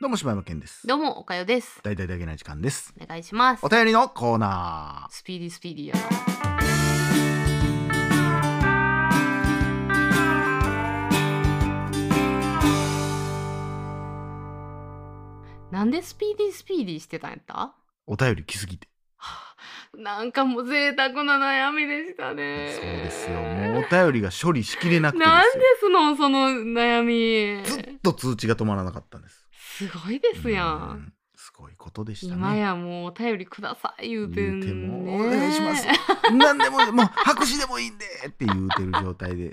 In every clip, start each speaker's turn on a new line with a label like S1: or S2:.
S1: どうも柴山健です。
S2: どうも、おかよです。
S1: 大体だけない時間です。
S2: お願いします
S1: お。便りのコーナ
S2: スピーディースピーディーやな。なんでスピーディースピーディーしてたんやったは
S1: ー。お便り来すぎて。
S2: あなんかもう贅沢な悩みでしたね。
S1: そうですよ。もうお便りが処理しきれなくてで
S2: なんですすのその悩
S1: よ。ず
S2: み
S1: っ。と通知が止まらなかったんです。
S2: すごいですや。
S1: うんん。すごいことでしたね。
S2: 今やもうお便りください言うてんね。
S1: 言うてもお願いし ます何でももう拍手でもいいんでって言うてる状態で。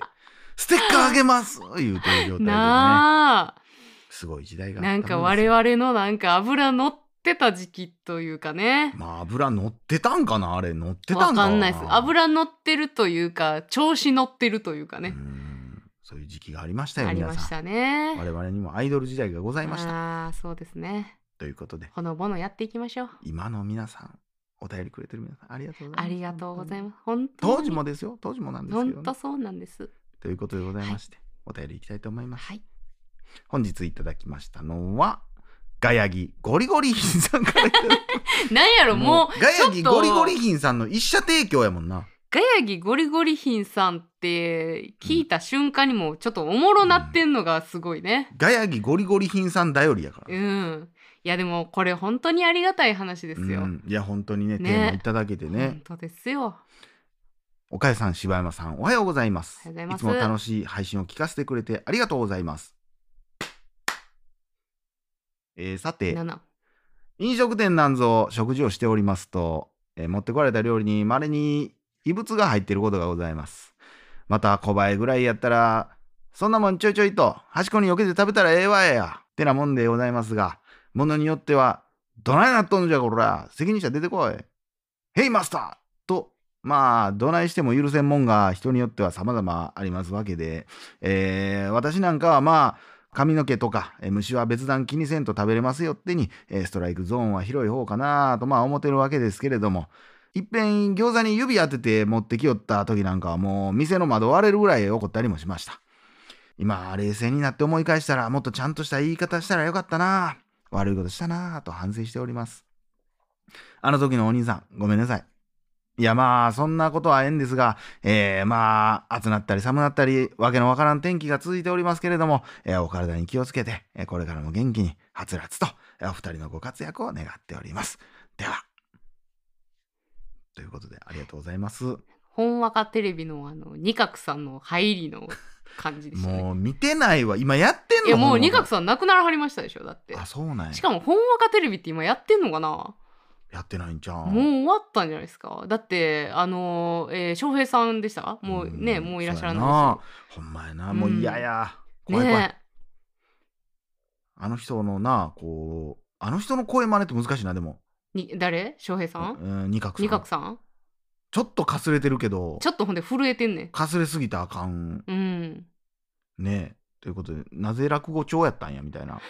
S1: ステッカーあげます言うてる状態でね。
S2: なあ、
S1: すごい時代があった
S2: なんか
S1: もんで
S2: 我
S1: すよ
S2: 々のなんか油乗ってた時期というかね。
S1: まあ油乗ってたんかなあれ乗ってたんか
S2: わかんないです。油乗ってるというか、調子乗ってるというかね
S1: う。んそういう時期がありましたよ
S2: あり
S1: 皆
S2: まし
S1: さん
S2: たね。
S1: 我々にもアイドル時代がございました
S2: ああ、そうですね。
S1: ということで
S2: ほのぼのやっていきましょう。
S1: 今の皆さんお便りくれてる皆さんありがとうございま
S2: あ
S1: す
S2: りがとうございます。本当に
S1: 当時もですよ当時もなんですけど、ね
S2: 本当、そうなんです。
S1: ということでございまして、お便りいきたいと思います
S2: はい。
S1: 本日いただきましたのはガヤギゴリゴリヒンさんからいた だい
S2: なんや
S1: た
S2: ろもう
S1: ガヤギ
S2: ちょっと
S1: ゴリゴリヒンさんの一社提供やもんな
S2: ガヤギゴリゴリヒンさんって聞いた瞬間にもうちょっとおもろなってんのがすごいね。
S1: ガヤギゴリゴリヒンさん頼りやから、
S2: うん。いやでもこれ本当にありがたい話です
S1: う
S2: よ。
S1: んいや本当にね
S2: ね
S1: テーマいただけてね
S2: 本当ですよ。
S1: 岡谷さん、柴山さん、おはようございます。
S2: おはようございます
S1: つも楽しい配信を聞かせてくれてありがとうございます。えーさて、
S2: 七。
S1: 飲食店なんぞ食事をしておりますと、えー持ってこられた料理に稀に異物が入っていることがございます。また、小映えぐらいやったら、そんなもんちょいちょいと端っこに避けて食べたらええわや、てなもんでございますが、ものによっては、どないなっとんじゃこら、責任者出てこい。ヘイマスターと、まあ、どないしても許せんもんが人によっては様々ありますわけで、えー私なんかはまあ、髪の毛とか、えー虫は別段気にせんと食べれますよってに、えーストライクゾーンは広い方かなとまあ思ってるわけですけれども、いっぺん餃子に指当てて持ってきよった時なんかはもう店の窓割れるぐらい怒ったりもしました。今、冷静になって思い返したら、もっとちゃんとした言い方したらよかったな悪いことしたなと反省しております。あの時のお兄さん、ごめんなさい。いやまあ、そんなことはええんですが、えー、まあ、暑なったり寒なったり、わけのわからん天気が続いておりますけれども、えーお体に気をつけて、えーこれからも元気に、はつらつと、えーお二人のご活躍を願っております。では。ということで、ありがとうございます。
S2: 本わかテレビのあの二角さんの入りの感じでしたね。
S1: もう見てないわ。今やってんの
S2: いやもう二
S1: 苦
S2: 角さん亡くならはりましたでしょだって
S1: あ、。そうなんや
S2: し。かも本わかテレビって今やってんのかな。
S1: やってないんじゃん。
S2: もう終わったんじゃないですか。だってあのえー翔平さんでしたか。もうね
S1: ん
S2: もういらっしゃら
S1: そ
S2: な
S1: うやなほんまやな。もう嫌や。
S2: いですよ。
S1: 怖い怖い。
S2: ね
S1: あの人のな、こう、あの人の声真似って難しいな、でも。
S2: に誰翔平さん。
S1: うん、二角さん。
S2: 二角さん。
S1: ちょっとかすれてるけど、
S2: ちょっとほんで震えてんねん。
S1: かすれすぎたらあかん
S2: うん。
S1: ねえ。ということで、なぜ落語帳やったんやみたいな。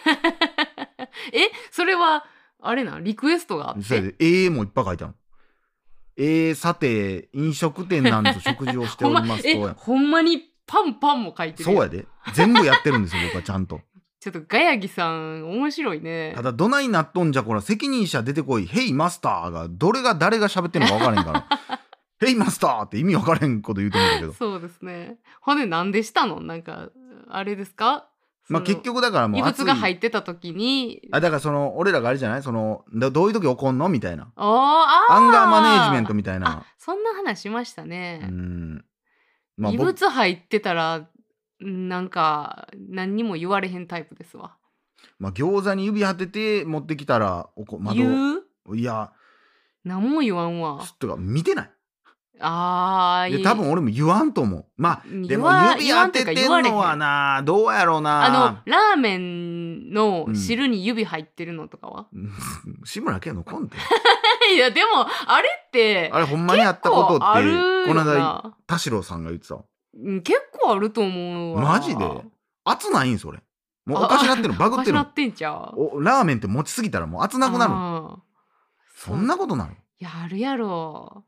S2: えそれはあれなリクエストがあっ
S1: それ
S2: て
S1: で、ええもいっぱい書いてある。ええさて、飲食店なんぞ食事をしてお
S2: ほん
S1: り
S2: ま
S1: ますと
S2: え
S1: や。
S2: ほんまにパンパンも書いてる
S1: そうやで。全部やってるんですよ、僕はちゃん と。
S2: ちょっとガヤギさん面白いね
S1: ただ、どないなっとんじゃこら、責任者出てこい、ヘイマスターが、どれが誰が喋ってんのか分からへん から。ヘイマスターって意味分からへんこと言うてんだけど。
S2: そうですねほんでなんでしたのなんかあれですか
S1: まあ
S2: その
S1: 結局だからもう
S2: 異
S1: 暑い。
S2: 物が入ってた時に
S1: あ、だからその、俺らがあれじゃないその、どどういう時怒んのみたいな。
S2: おーあ
S1: アンガーマネージメント
S2: み
S1: みたいな。
S2: そんな話しましたね、
S1: うん。まあ
S2: 異
S1: 僕
S2: 物入ってたらなんか何にも言われへんタイプですわ
S1: まあ、餃子に指当てて持ってきたらおこ窓
S2: 言う
S1: いや
S2: 何も言わんわ
S1: とか見てない
S2: あー
S1: いや多分俺も言わんと思うまあでも指当ててんのはなどうやろう
S2: あ
S1: な
S2: のラーメンの汁に指入ってるのとかは、
S1: 志村けんのコンテ
S2: いやでもあれって
S1: あれほんまにあったことって
S2: 結構あるよ
S1: この間
S2: な
S1: 田代さんが言ってたわ
S2: うん結構あると思うわ
S1: マジで熱ないんそれもうおかしなってるのバ
S2: お
S1: グっ
S2: か
S1: て
S2: し
S1: る
S2: な
S1: の
S2: ってんちゃう
S1: おラーメンって持ちすぎたらもう熱なくなるの
S2: る
S1: そんなことなの
S2: いやあるやろ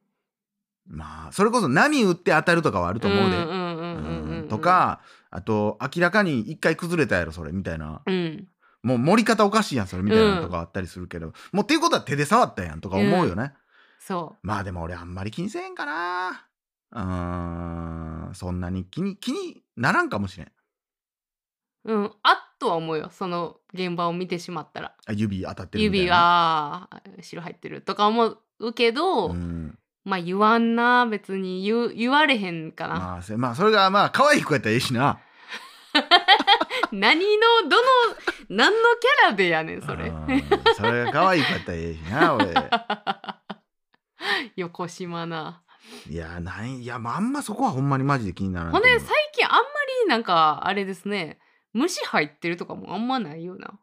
S1: まあそれこそ波打って当たるとかはあると思うで
S2: んうんうんうんうん
S1: うんとかあと明らかに一回崩れたやろそれみたいな
S2: うん
S1: もう盛り方おかしいやんそれみたいなのとかあったりするけど、もうっていうことは手で触ったやんとか思うよね、
S2: そ
S1: まあでも俺あんまり気にせえへんかなうーんそんなに気に気にならんかもしれん
S2: う。うん。あっとは思うよ。その現場を見てしまったら。
S1: あ指当たってるみたい
S2: 指
S1: な
S2: は白入ってるとか思うけど、
S1: うん
S2: まあ言わんな別に言う言われへんかな、
S1: まあせまあそれがまあ可愛い子やったらいいしな
S2: 何のどの何のキャラでやねんそれ
S1: うんそれが可愛い子やったらいいし な俺
S2: 横島ない
S1: やないいやまああんまそこはほんまにマジで気にならんと
S2: ほん
S1: 思う
S2: で最近あんまりなんかあれですね虫入ってるとかもあんまないよな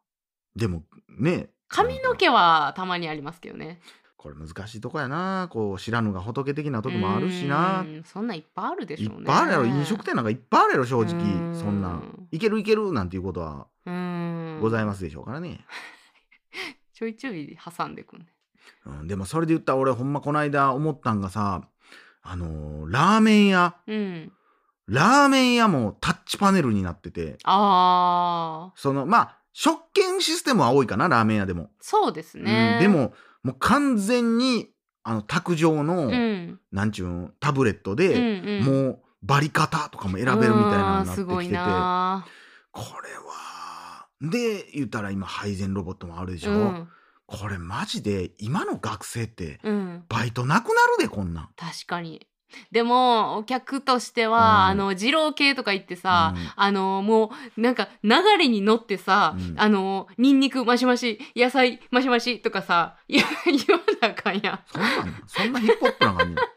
S1: でもね
S2: 髪の毛はたまにありますけどね
S1: これ難しいとこやなこう知らぬが仏的な時もあるしな
S2: うーんそんなんいっぱいあるで
S1: い
S2: し
S1: っ
S2: ょうね
S1: ぱいあるやろ飲食店なんかいっぱいあるやろ正直
S2: うーん
S1: そんなんいけるいけるなんていうことは
S2: うーん
S1: ございますすでしょうからね、
S2: ちょいちょい挟んでくんね
S1: うん、でもそれで言ったら俺ほんまこないだ思ったんがさあのーラーメン屋
S2: うん
S1: ラーメン屋もタッチパネルになってて
S2: あー
S1: そのまあ食券システムは多いかなラーメン屋でも、
S2: そうです
S1: う
S2: ね
S1: ん、でももう完全にあの卓上の、
S2: うん
S1: なんちゅうんタブレット
S2: うん
S1: で、
S2: うん
S1: もうバリ方とかも選べるみたいなのになって
S2: うーんすご
S1: き
S2: い
S1: てて
S2: な
S1: これはで言ったら今配膳ロボットもあるでしょ、
S2: うん
S1: これマジで今の学生って
S2: うん
S1: バイトなくなるでこんなん。
S2: 確かにでもお客として
S1: うん
S2: は、あの二郎系とか行ってさ、あのもうなんか流れに乗ってさ、
S1: うん
S2: あのニンニクマシマシ野菜マシマシとかさ いや言わなあかんやん
S1: そんなんそんなヒップホップな感じ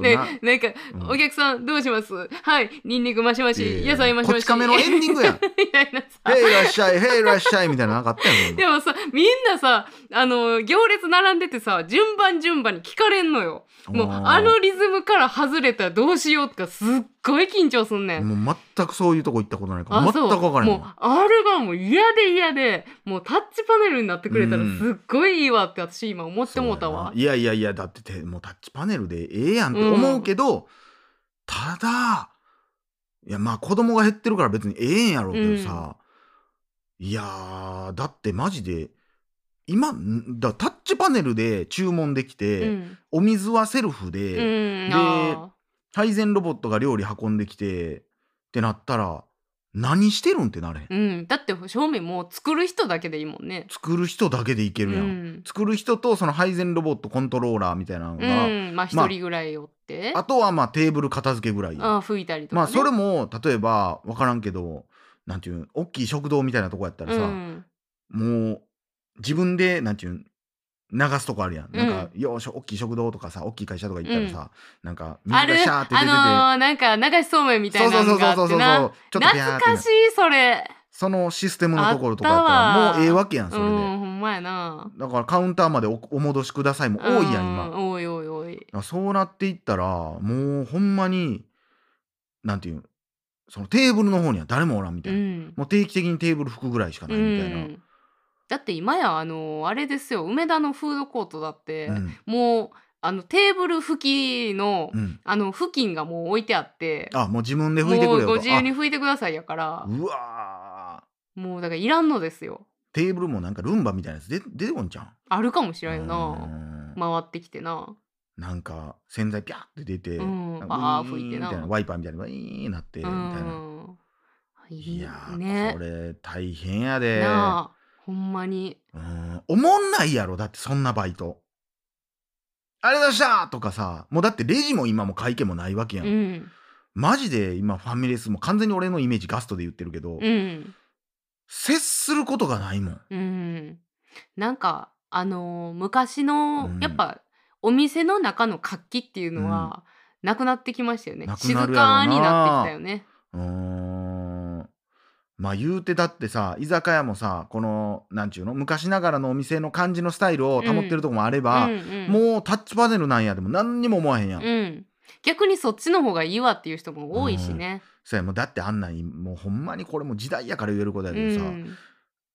S2: ね
S1: なの
S2: なんか、
S1: うん
S2: お客さんどうしますはいニンニクマシ
S1: い
S2: マ
S1: や
S2: シ
S1: いや
S2: 野菜マシマシ
S1: こっち亀のエンディングやん
S2: みたい
S1: 「
S2: な
S1: へ
S2: さ
S1: いいらっしゃいへいいらっしゃい」みたいなのなかったやん
S2: でもさみんなさあの行列並んでてさ順番順番に聞かれんのよ もうあのリズムから外れたらどうしようとかすっごい緊張すんねん。
S1: もう全くそういうとこ行ったことないから
S2: あ
S1: 全く
S2: そう
S1: 分からへん
S2: もう
S1: わ
S2: あれがもう嫌で嫌でもうタッチパネルになってくれたら
S1: うん
S2: すっごいいいわって私今思ってもうたわ
S1: そうやないやいやいやだっててもうタッチパネルでええやんって思うけど、ただいやまあ子供が減ってるから別にええんやろうけどさ、いやーだってマジで今んだタッチパネルで注文できて、
S2: うん
S1: お水はセルフ
S2: う
S1: で、で
S2: んあ
S1: 配膳ロボットが料理運んできてってなったら何してるんってなれへん、
S2: ーうんだって正面もう作る人だけでいいもんね
S1: 作る人だけでいけ
S2: う
S1: るやん、
S2: ん、
S1: 作る人とその配膳ロボットコントローラーみたいなの
S2: う
S1: が、
S2: ん、まあ
S1: まあ
S2: 一人ぐらいおって、
S1: あとはまあテーブル片付けぐらいよ
S2: あ、吹いたりとか、ね、
S1: まあそれも例えば分からんけどなんていうん大きい食堂みたいなとこやったらさ、
S2: うん
S1: もう自分でなんていうん流すとこあるやん、
S2: うん
S1: なんかよーし大きい食堂とかさ大きい会社とか行ったらさ、なんか水
S2: ある
S1: がシャーって出てて、
S2: あのーなんか流しそうめんみたいな
S1: そうそ
S2: の
S1: うそ
S2: が
S1: うそ
S2: あ
S1: うそ
S2: って
S1: う
S2: な
S1: ちょっとピャー
S2: 懐
S1: ってな
S2: かしいそれ
S1: そのシステムのところとかやったら
S2: あったわ
S1: もうええわけやんそれ
S2: う
S1: で、
S2: んほんまやな
S1: だからカウンターまでおお戻しくださいも多いやん今、
S2: うん多い多い多い
S1: だからそうなっていったらもうほんまになんていうんそのテーブルの方には誰もおらんみた
S2: う
S1: いな、
S2: ん
S1: もう定期的にテーブル拭くぐらいしかないみたいな、
S2: うんだって今やあのあれですよ梅田のフードコートだって、
S1: うん
S2: もうあのテーブル拭きの、
S1: うん、
S2: あの付近がもう置いてあって
S1: あもう自分で
S2: も
S1: 拭いてくれ
S2: う
S1: よ
S2: ご
S1: と
S2: 自由に拭いてくださいやか
S1: あ
S2: ら
S1: うわー
S2: もうだからいらんのですよ
S1: テーブルもなんかルンバみたいなやつで出てこんじゃん
S2: あるかもしれんよ
S1: う
S2: な
S1: ーん
S2: 回ってきてな
S1: なんか洗剤ピャーって出て、
S2: うん
S1: なんか
S2: あー
S1: ウィーン
S2: 拭いてな
S1: みたいなワイパーみたいなのがいいなってみ
S2: う
S1: たいな、
S2: んい
S1: い
S2: い
S1: やー、
S2: ね
S1: これ大変やで
S2: なあほんまに
S1: うんおもんないやろだってそんなバイトありがとうございましたとかさもうだってレジも今も会計もないわけやん、
S2: うん
S1: マジで今ファミレスも完全に俺のイメージガストで言ってるけど、
S2: うん
S1: 接することがないもん
S2: うんなんかあのー昔の、
S1: うん
S2: やっぱお店の中の活気っていうのは、なくなってきましたよね
S1: なく
S2: 静
S1: なるやろな
S2: かになってきたよね
S1: うーんまあ言うてだってさ居酒屋もさこのなんちゅうの昔ながらのお店の感じのスタイルを保ってるとこもあれば、
S2: うんうん、
S1: もうタッチパネルなんやでも何にも思わへんやん、
S2: うん逆にそっちの方がいいわっていう人も多いしね、
S1: そやもうだってあんなんもうほんまにこれもう時代やから言えること
S2: う
S1: や
S2: ん
S1: けどさ、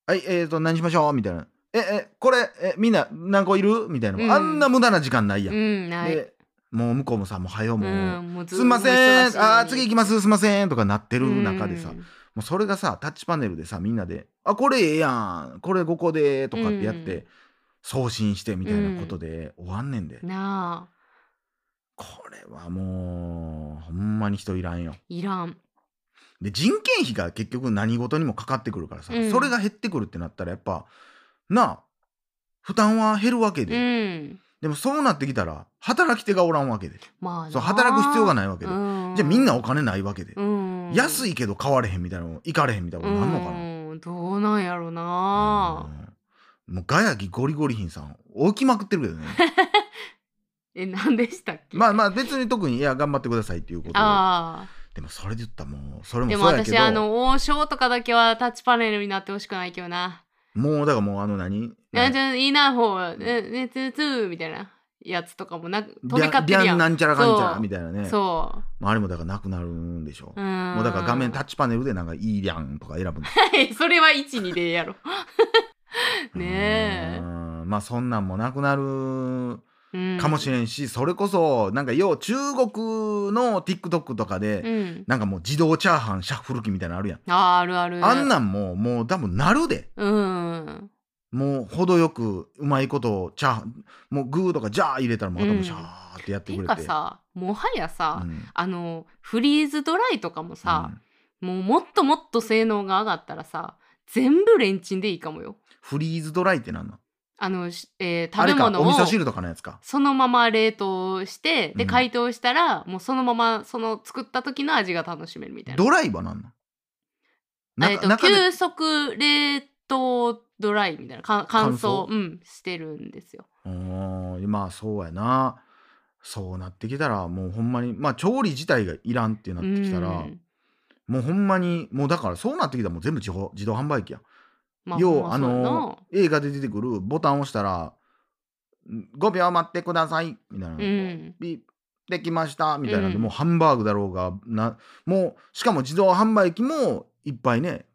S1: はい、えーと、何しましょうみたいな。え、え、これ、え、みんな何個いるみたいな。
S2: うん
S1: あんな無駄な時間ないや。
S2: うんんない
S1: で、もう向こうもさもう早うもう、
S2: うん、もうずっ
S1: す
S2: と
S1: んません
S2: 忙しいのに
S1: あー次行きますすんませんとかなってる中でさ、
S2: うん
S1: もうそれがさタッチパネルでさみんなで「あこれええやんこれ5個で」とかってやって、
S2: うん
S1: 送信してみたいなことで終わんねんで、
S2: なあ
S1: これはもうほんまに人いらんよ
S2: いらん
S1: で人件費が結局何事にもかかってくるからさ、
S2: うん
S1: それが減ってくるってなったらやっぱなあ負担は減るわけ
S2: う
S1: で、
S2: ん
S1: でもそうなってきたら働き手がおらんわけで
S2: まあ
S1: そう働く必要が
S2: な
S1: な
S2: い
S1: いわけで、
S2: うん、
S1: じゃあみんなお金ないわけで、
S2: うん、
S1: 安
S2: い
S1: いけど買われへんみたいなの行かれへんみたいなことなんのかな、
S2: うん、どうなんやろな、
S1: うんもうガヤギゴリゴリヒンさん置きまくってるけど ね
S2: え何でしたっけ
S1: まあまあ別に特にいや頑張ってくださいっていうことで
S2: ああ
S1: でもそれで言ったらもうそれも
S2: でも
S1: そうやけ
S2: 私
S1: ど
S2: あの王将とかだけはタッチパネルになってほしくないけどな
S1: もうだからもうあの何
S2: なんじゃいいな方は、ね、ね、つーつーみたいなやつとかもなく飛び交って
S1: リャ
S2: る
S1: リャ
S2: や
S1: ン
S2: ん。
S1: なんちゃらかんちゃら
S2: そう
S1: みたいなね
S2: そ
S1: まああれもだからなくなるんでしょ
S2: う。うん。
S1: もうだから画面タッチパネルでなんかいいリャンとか選ぶんです
S2: それは一二でやろ。 ねえ
S1: うんまあそんなんもなくなる
S2: うん、
S1: かもし
S2: れ
S1: れんし、それこそなんか要中国の TikTok とかで、
S2: うん。
S1: なんかもう自動チャーハンシャッフル機みたいなのあるやん、
S2: あーあるある。
S1: あん。なんもうもう多分なるで
S2: うん。
S1: もう程よくうまいことをチャーハンもうグーとかジャー入れたらもう頭シャーってやって
S2: て
S1: くれて、うん、
S2: かさもはやさ、
S1: うん
S2: あのフリーズドライとかもさ、もうもっともっと性能が上がったらさ全部レンチンでいいかもよ。
S1: フリーズドライってなんの
S2: あの、しえー
S1: あ
S2: 食べ
S1: れか
S2: 物を
S1: お味噌汁とかのやつか
S2: そのまま冷凍して
S1: う
S2: で
S1: ん
S2: 解凍したら、もうそのままその作った時の味が楽しめるみたいな。
S1: ドライはなんの
S2: えっと
S1: 中で
S2: 急速冷凍ドライみたいなか乾
S1: 乾
S2: 燥
S1: 燥
S2: うん、してるんですよ。
S1: うーんまあそうやなそうなってきたらもうほんまにまあ調理自体がいらんってなってきたら
S2: うん
S1: もうほんまにもうだからそうなってきたらもう全部自動自動販売機やん
S2: まあ、
S1: 要
S2: ま
S1: あ
S2: そうやな
S1: の映画で出てくるボタンを押したら「5秒待ってください」みたいな、
S2: うん
S1: ピッできましたみたいなんで、
S2: うん
S1: もうハンバーグだろうがなもうしかも自動販売機もいっぱいね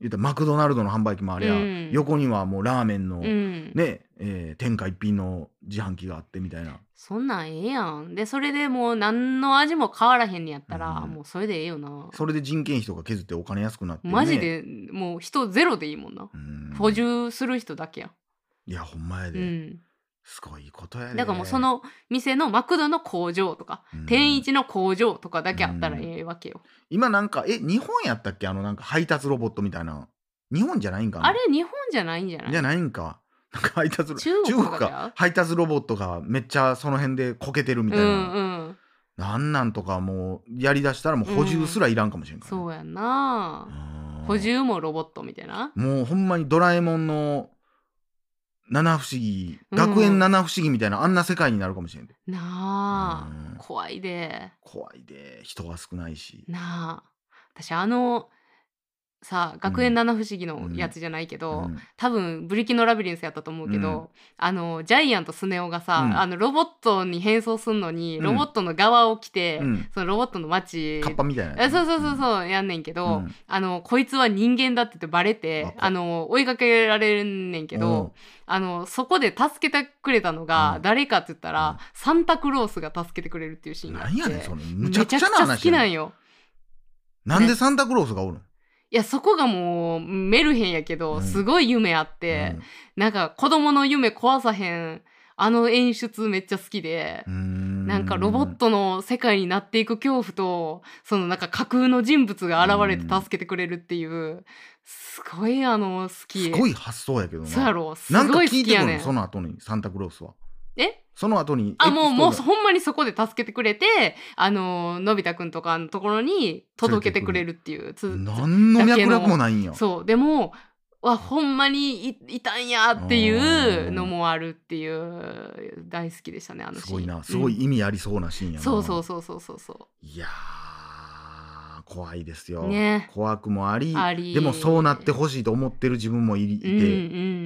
S1: 言ったらマクドナルドの販売機もありゃ、
S2: うん
S1: 横にはもうラーメンの、
S2: うん
S1: ねえー天下一品の自販機があってみたいな
S2: そんなんええやん。でそれでもう何の味も変わらへんにやったら、
S1: うん
S2: もうそれでええよな。
S1: それで人件費とか削ってお金安くなって、ね、
S2: マジでもう人ゼロでいいもんな。
S1: うん
S2: 補充する人だけや
S1: いやほんまや
S2: ん。う
S1: で、
S2: ん、
S1: すごいことやで
S2: だからもうその店のマクドの工場とか、
S1: うん
S2: 天一の工場とかだけあったらええわけよ。
S1: 今なんかえ日本やったっけあのなんか配達ロボットみたいな日本じゃないんかな
S2: あれ日本じゃないんじゃない
S1: じゃないんかなんか配達ロ
S2: 中国
S1: 中国
S2: とかちゃ
S1: か
S2: う
S1: 配達ロボットがめっちゃその辺でこけてるみたいな、
S2: うんうん。
S1: なんなんとかもうやりだしたらもう補充すらいらんかもしれんからね、
S2: そうやんな。
S1: うん
S2: 補充もロボットみたいな。
S1: もうほんまにドラえもんの七不思議
S2: うん
S1: 学園七不思議みたいな、あんな世界になるかもしれんで
S2: なあ、
S1: うん
S2: 怖いで。
S1: 怖いで人は少ないし、
S2: なあ。私あのさあ学園七不思議のやつじゃないけど、
S1: うん
S2: 多分ブリキのラビリンスやったと思うけど、
S1: う
S2: あのジャイアンとスネ夫がさ、
S1: うん
S2: あのロボットに変装するのに、
S1: うん
S2: ロボットの側を着て、
S1: うん
S2: そのロボットの街
S1: カッパみたいな
S2: えそうそうそう
S1: う
S2: そうやんねんけど、
S1: うん
S2: あのこいつは人間だって言ってバレて、
S1: わかる
S2: あの追いかけられんねんけど、
S1: うん
S2: あのそこで助けてくれたのが
S1: うん
S2: 誰かって言ったら、
S1: うん
S2: サンタクロースが助けてくれるっていうシーンがあっ
S1: な
S2: て
S1: んやねんそのむ
S2: め
S1: ち
S2: ちゃ
S1: ゃ
S2: く
S1: く
S2: ち
S1: ち
S2: ゃ
S1: ゃな話
S2: 好きなんよ。
S1: なんでサンタクロースがおるの、
S2: いやそこがもうメルヘンやけど、
S1: うん
S2: すごい夢あって、なんか子供の夢壊さへんあの演出めっちゃ好きで。
S1: うん
S2: なんかロボットの世界になっていく恐怖とそのなんか架空の人物が現れて助けてくれるっていうすごいあの好き
S1: すごい発想やけどな
S2: そうやろす
S1: なんか
S2: ごい
S1: 聞
S2: 好
S1: い
S2: き
S1: て
S2: や
S1: く
S2: ね
S1: るのそ
S2: ん
S1: の後にサンタクロースは
S2: え
S1: その後に
S2: あもうもう
S1: エピソード
S2: ほんまにそこで助けてくれてあののび太くんとかのところに届けてくれるっていうつ
S1: 何の脈絡もないんや
S2: そうでもわほんまにいいたんやっていうのもあるっていう大好きでしたねあのシーン
S1: すごいなすごい意味ありそうなシーンや
S2: う
S1: な、
S2: んそうそうそうそうそうそ
S1: いやー怖いですよ、
S2: うね
S1: 怖くもあり
S2: あり
S1: でもそうなってほしいと思ってる自分もいいて、
S2: うんう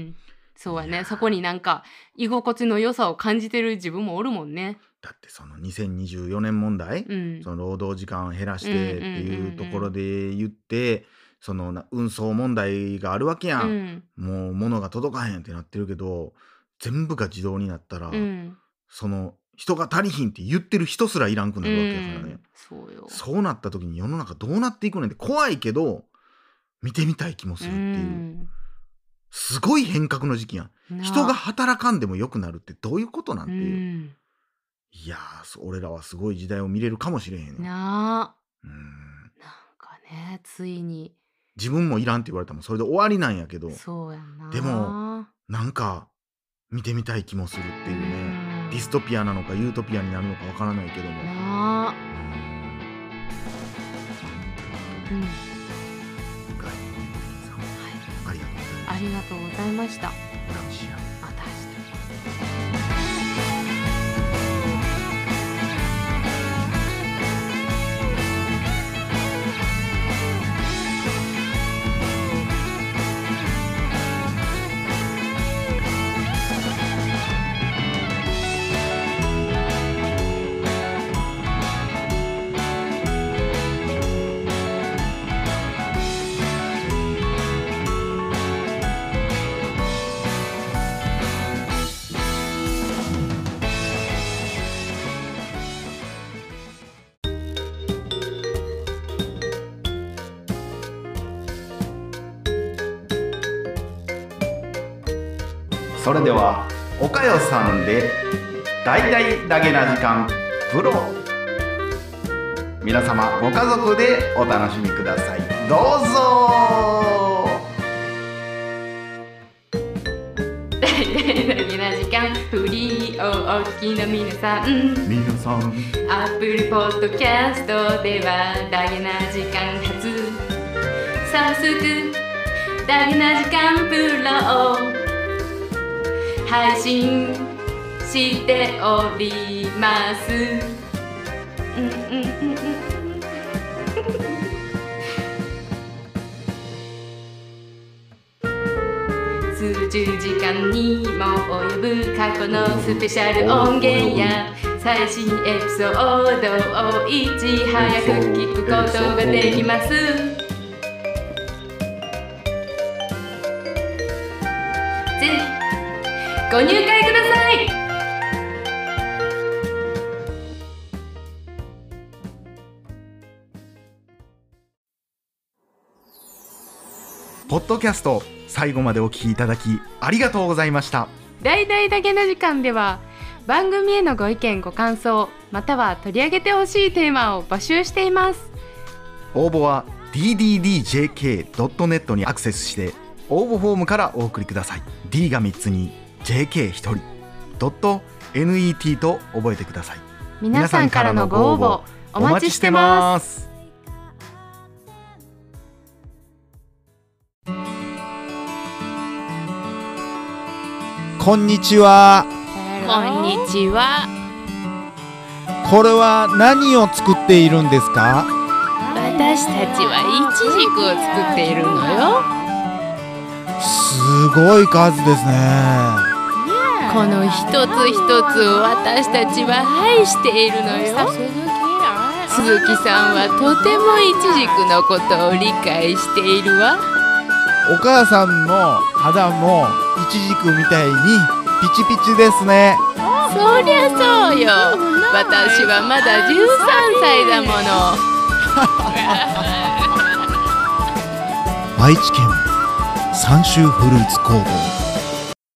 S2: んそうや
S1: いや
S2: ね
S1: ー
S2: そこになんか居心地の良さを感じてる自分もおるもんね
S1: だってその2024年問題、
S2: うん
S1: その労働時間を減らしてって
S2: うんうん
S1: い
S2: うん
S1: うところで言って、そのな運送問題があるわけや、
S2: うんん
S1: もう物が届かへんってなってるけど全部が自動になったら、
S2: うん
S1: その人が足りひんって言ってる人すらいらんくなるわけやからね、
S2: うんそうよ
S1: そうなった時に世の中どうなっていくねんって怖いけど見てみたい気もするっていう、すごい変革の時期やん
S2: うん
S1: 人が働かんでも良くなるってどういうことなんて
S2: う
S1: いう、
S2: ん
S1: いやーそ俺らはすごい時代を見れるかもしれへんよ
S2: な
S1: うん
S2: あなんかねついに
S1: 自分もいらんって言われたもんそれで終わりなんやけど
S2: そうやんな
S1: でもなんか見てみたい気もするっていうね、
S2: うん
S1: ディストピアなのかユートピアになるのかわからないけども、
S2: なあ
S1: うん
S2: うんはい
S1: 深いさんありがとうございます
S2: ありがとうございました
S1: ブラウンシア
S2: また明日
S1: それでは岡代さんで大々だけな時間プロ皆様ご家族でお楽しみくださいどうぞ
S2: 大 々だけな時間フリーをお聞きの皆さん
S1: 皆さん
S2: アップルポッドキャストではダゲな時間発早速ダゲな時間プロを配信しておりますうんうんうんうん数十時間にも及ぶ過去のスペシャル音源や最新エピソードをいち早く聞くことができますぜひご入会ください
S1: ポッドキャスト最後までお聞きいただきありがとうございました
S2: 大々だけの時間では番組へのご意見ご感想または取り上げてほしいテーマを募集しています
S1: 応募は dddjk.net にアクセスして応募フォームからお送りください D が3つに JK1 人 .net と覚えてください
S2: 皆さんからのご応募お待ちしてます
S1: す
S3: こんにちは。
S2: こんにちは
S3: これは何を作っているんですか
S4: 私たちはイチジクを作っているのよ
S3: すごい数ですね。
S4: この一つ一つを私たちは愛しているのよ鈴木さんはとてもイチジクのことを理解しているわ
S3: お母さんの肌もイチジクみたいにピチピチですね。
S4: そりゃそうよ私はまだ13歳だもの
S3: 愛知県三州フルーツ工房